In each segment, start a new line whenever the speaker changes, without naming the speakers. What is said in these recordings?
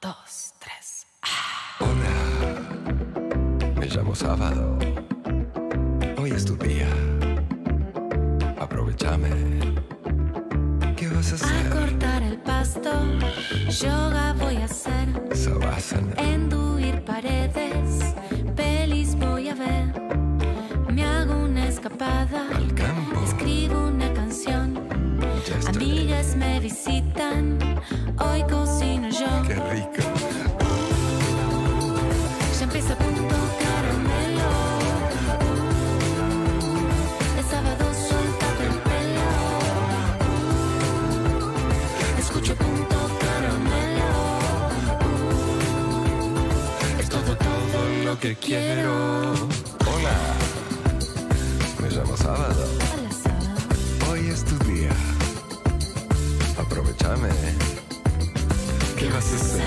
dos, tres.
Hola, me llamo Sábado. Hoy es tu día. Aprovechame. ¿Qué vas a
A
hacer?
cortar el pasto, yoga voy a hacer,
Savasana.
enduir paredes, pelis voy a ver, me hago una escapada,
Al campo.
escribo una canción,
Ya estoy.
amigas me visitan, hoy cocino yo.
Qué rico.
Ya empieza punto caramelo. El sábado suéltate el pelo. Escucho punto caramelo.
Es todo, todo lo que quiero. Hola, me llamo Sábado.
Hola, sábado.
Hoy es tu día. Aprovechame. ¿Qué vas a hacer?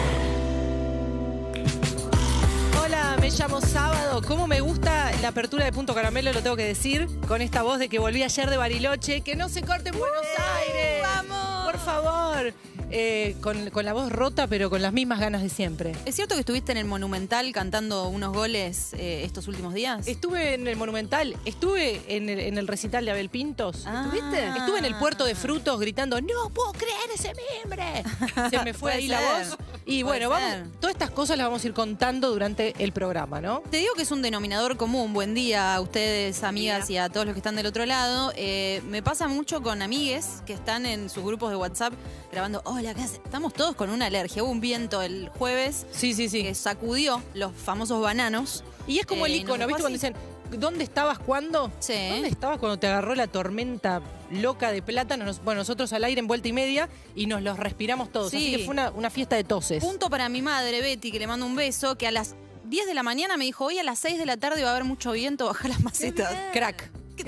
Hola, me llamo Sábado. ¿Cómo me gusta la apertura de Punto Caramelo? Lo tengo que decir con esta voz de que volví ayer de Bariloche. ¡Que no se corte en Buenos Aires! ¡Vamos! Por favor. Eh, con, con la voz rota, pero con las mismas ganas de siempre.
¿Es cierto que estuviste en el Monumental cantando unos goles eh, estos últimos días?
Estuve en el Monumental, estuve en el, en el recital de Abel Pintos.
Ah.
¿Estuviste? Estuve en el Puerto de Frutos gritando, no puedo creer ese mimbre. Se me fue
Puede
ahí la
ser.
voz. Y
Puede
bueno,
ser.
vamos, todas estas cosas las vamos a ir contando durante el programa, ¿no?
Te digo que es un denominador común. Buen día a ustedes, amigas, y a todos los que están del otro lado. Eh, me pasa mucho con amigues que están en sus grupos de WhatsApp grabando. Hola, ¿qué haces?". Estamos todos con una alergia. Hubo un viento el jueves
Sí, sí, sí.
que sacudió los famosos bananos.
Y es como
Eh,
el
y nos
icono,
dejó
¿viste? Cuando
así.
dicen, ¿dónde estabas cuándo?
Sí.
¿Dónde estabas cuando te agarró la tormenta loca de plátano? Nos- bueno, nosotros al aire en vuelta y media y nos los respiramos todos.
Sí.
Así que fue una, una fiesta de toses.
Punto para mi madre, Betty, que le mando un beso, que a las 10 de la mañana me dijo, hoy a las 6 de la tarde va a haber mucho viento, baja las macetas.
Crack.
Que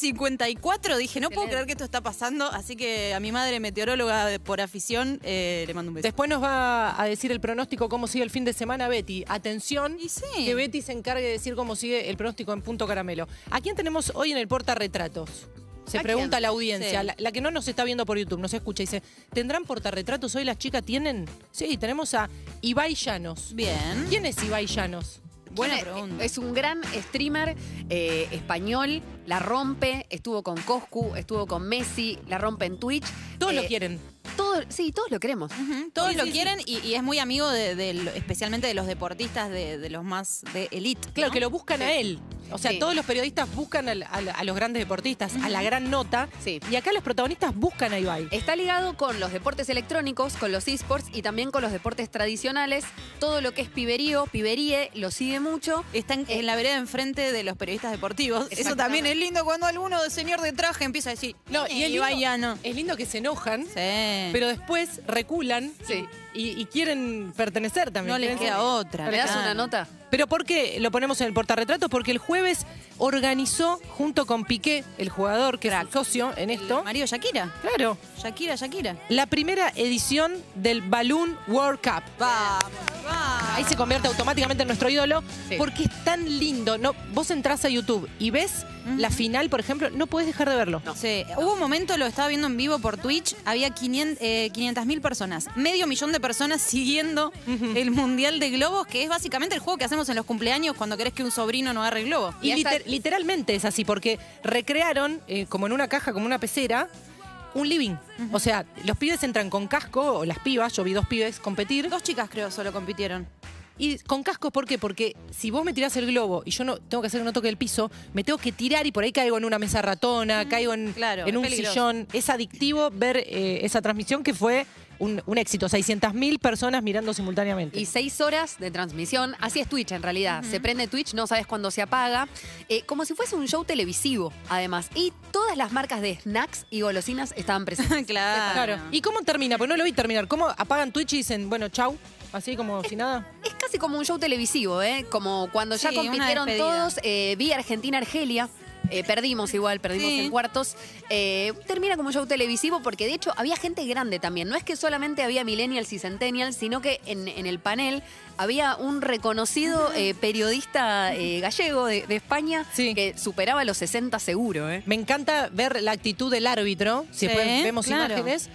17.54, dije, no puedo creer que esto está pasando, así que a mi madre meteoróloga de- por afición eh, le mando un beso.
Después nos va a decir el pronóstico cómo sigue el fin de semana, Betty. Atención,
Y sí.
que Betty se encargue de decir cómo sigue el pronóstico en punto caramelo. ¿A quién tenemos hoy en el portarretratos? Se
¿A
pregunta
quién?
la audiencia,
Sí.
la, la que no nos está viendo por YouTube, nos escucha y dice, ¿tendrán portarretratos hoy las chicas? ¿Tienen? Sí, tenemos a Ibai Llanos.
Bien.
¿Quién es Ibai Llanos?
Buena
¿Quién es?
pregunta.
Es un gran streamer eh, español, la rompe, estuvo con Coscu, estuvo con Messi, la rompe en Twitch.
Todos lo
Eh,
quieren.
todo- sí, todos lo queremos.
Ujú, Todos
Sí,
lo
sí,
quieren y- Y, es muy amigo de, de lo- especialmente de los deportistas de, de los más de elite.
Claro,
¿no?
que lo buscan a él. O sea,
Sí.
todos los periodistas buscan al- al- a los grandes deportistas, a la gran nota.
Sí.
Y acá los protagonistas buscan a Ibai.
Está ligado con los deportes electrónicos, con los esports y también con los deportes tradicionales. Todo lo que es piberío, piberíe, lo sigue mucho.
Está en, en la vereda enfrente de los periodistas deportivos. Eh. Eso
Exactamente.
también es lindo cuando alguno de señor de traje empieza a decir,
No, y
"Eh,
es
Ibai ya
lindo,
no.
es lindo que se enojan,
Sí.
pero después reculan
Sí.
y, y quieren pertenecer también.
no les
Quieren
queda
ser-
otra.
¿Me das
claro.
una nota?
Pero ¿por qué lo ponemos en el portarretrato? Porque el jueves organizó, junto con Piqué, el jugador que es su socio en esto,
Mario Shakira.
claro,
Shakira, Shakira.
la primera edición del Balloon World Cup.
Vamos, vamos.
Ahí se convierte automáticamente en nuestro ídolo
Sí.
porque es tan lindo. No, vos entrás a YouTube y ves la final, por ejemplo, no podés dejar de verlo.
Sí, hubo un momento, lo estaba viendo en vivo por Twitch, había 500 eh, 500.000 personas, medio millón de personas siguiendo el Mundial de Globos, que es básicamente el juego que hacemos en los cumpleaños cuando querés que un sobrino no agarre el globo.
Y
Y esa-
liter- literalmente es así, porque recrearon, eh, como en una caja, como una pecera, un living. O sea, los pibes entran con casco, o las pibas, yo vi dos pibes competir,
Dos chicas creo solo compitieron.
y con casco, ¿por qué? Porque si vos me tirás el globo y yo no tengo que hacer que no toque el piso, me tengo que tirar y por ahí caigo en una mesa ratona, caigo en,
claro,
en
es
un
peligroso.
sillón. Es adictivo ver eh, esa transmisión que fue un, un éxito, 600.000 personas mirando simultáneamente.
Y seis horas de transmisión. Así es Twitch en realidad. Se prende Twitch, no sabes cuándo se apaga. Eh, como si fuese un show televisivo, además. Y todas las marcas de snacks y golosinas estaban presentes.
claro.
Claro. ¿Y cómo termina? Pues no lo vi terminar. ¿Cómo apagan Twitch y dicen, bueno, chau? Así como si nada.
Es casi como un show televisivo, ¿eh? Como cuando ya
Sí, una
compitieron
despedida.
todos, eh, vi Argentina-Argelia. eh, perdimos igual, perdimos
Sí.
en cuartos. Eh, termina como un show televisivo porque de hecho había gente grande también. No es que solamente había millennials y centennials, sino que en, en el panel había un reconocido eh, periodista eh, gallego de, de España
Sí.
que superaba los 60 seguro. ¿eh?
Me encanta ver la actitud del árbitro, si
Sí,
después vemos
claro.
imágenes.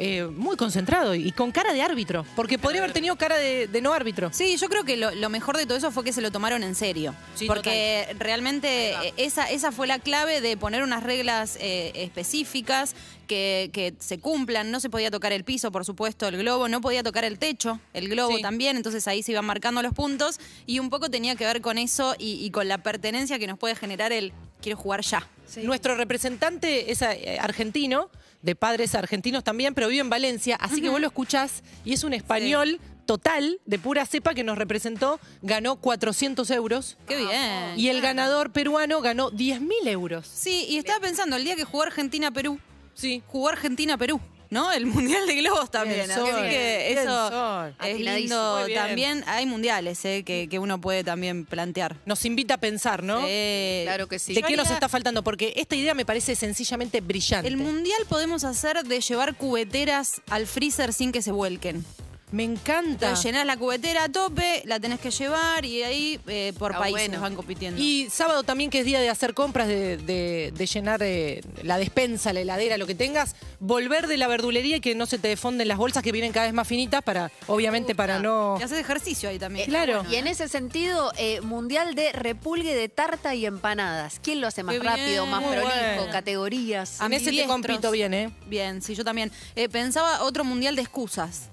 eh, muy concentrado y con cara de árbitro, porque podría haber tenido cara de, de no árbitro.
Sí, yo creo que lo, lo mejor de todo eso fue que se lo tomaron en serio.
Sí,
porque realmente eh, esa, esa fue la clave de poner unas reglas eh, específicas que, que se cumplan. No se podía tocar el piso, por supuesto, el globo, no podía tocar el techo, el globo
Sí.
también. Entonces ahí se iban marcando los puntos y un poco tenía que ver con eso y, y con la pertenencia que nos puede generar el quiero jugar ya.
Nuestro representante es eh, argentino, de padres argentinos también, pero vive en Valencia, así que vos lo escuchás y es un español total, de pura cepa, que nos representó, ganó 400 euros.
Qué bien.
Y el ganador peruano ganó 10.000 euros.
Sí, y estaba pensando, el día que jugó Argentina-Perú,
Sí.
jugó Argentina-Perú, ¿no? El Mundial de Globos también.
Bien,
así
Sol.
que
Bien,
eso
Sol.
es
Atinadísimo.
lindo.
Muy bien.
También hay mundiales eh, que, que uno puede también plantear.
Nos invita a pensar, ¿no?
Eh,
Claro que sí.
¿De qué nos
haría-
está faltando? Porque esta idea me parece sencillamente brillante.
El mundial podemos hacer de llevar cubeteras al freezer sin que se vuelquen.
me encanta.
Entonces llenás la cubetera a tope, la tenés que llevar y ahí eh, por
Está
países
bueno.
van compitiendo.
Y sábado también, que es día de hacer compras, de, de- de llenar eh, la despensa, la heladera, lo que tengas, volver de la verdulería y que no se te defonden las bolsas que vienen cada vez más finitas para, obviamente, para no.
Y haces ejercicio ahí también.
Claro.
Eh, Y en ese sentido, eh, mundial de repulgue de tarta y empanadas. ¿Quién lo hace más
Qué
rápido,
bien.
más
Muy
prolijo?
bueno.
Categorías.
En ese te
ambidiestros.
compito bien, ¿eh?
Bien, sí, yo también. Eh, pensaba otro mundial de excusas.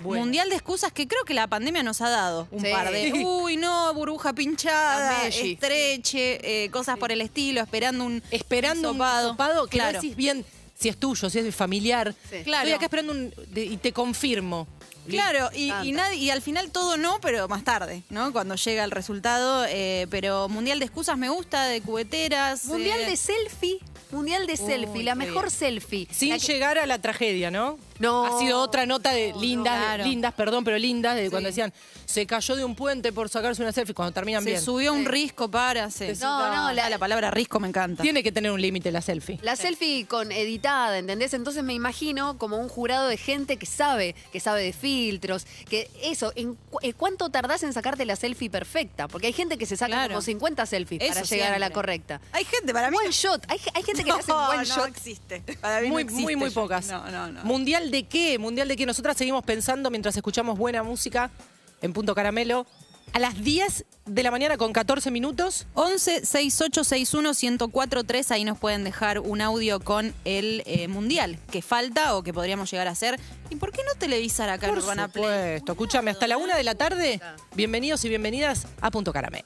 Bueno.
Mundial de excusas que creo que la pandemia nos ha dado un
Sí.
par de. Uy, no, burbuja pinchada,
Ameggi.
estreche, eh, cosas por el estilo, esperando un.
Esperando
hisopado.
un sopado que
claro.
no decís bien si es tuyo, si es familiar.
Sí.
Claro.
Estoy acá esperando un- de- y te confirmo.
Claro, y, y
Tanta.
nadie- y al final todo no, pero más tarde, ¿no? Cuando llega el resultado. eh, pero mundial de excusas me gusta, de cubeteras.
Mundial
eh,
de selfie. Mundial de selfie. La
qué
mejor
bien.
selfie.
Sin
La que-
llegar a la tragedia, ¿no?
No.
Ha sido otra nota de
No,
lindas,
no, claro.
lindas, perdón, pero lindas, de cuando decían, se cayó de un puente por sacarse una selfie, cuando terminan
Se
bien.
subió un risco para. se-
No, no, la-
Ah, la palabra risco me encanta.
Tiene que tener un límite la selfie.
La selfie con editada, ¿entendés? Entonces me imagino como un jurado de gente que sabe, que sabe de filtros, que eso, en cu- eh, ¿cuánto tardás en sacarte la selfie perfecta? Porque hay gente que se saca
Claro.
como 50 selfies
Eso
para llegar a la
siempre.
correcta.
Hay gente para mí.
One shot, hay, ge- hay gente que le hace
No,
un one
no
shot.
existe. Para mí no
Muy,
existe.
muy, muy
Yo-
pocas.
No, no, no.
¿Mundial de qué? ¿Mundial de qué? Nosotras seguimos pensando mientras escuchamos buena música en Punto Caramelo. A las 10 de la mañana con 14 minutos.
11 6861 1043 ahí nos pueden dejar un audio con el eh, mundial que falta o que podríamos llegar a hacer. ¿Y por qué no televisar acá en
Por
Urbana Play?
supuesto. Escúchame, hasta la 1 de la tarde. Bienvenidos y bienvenidas a Punto Caramelo.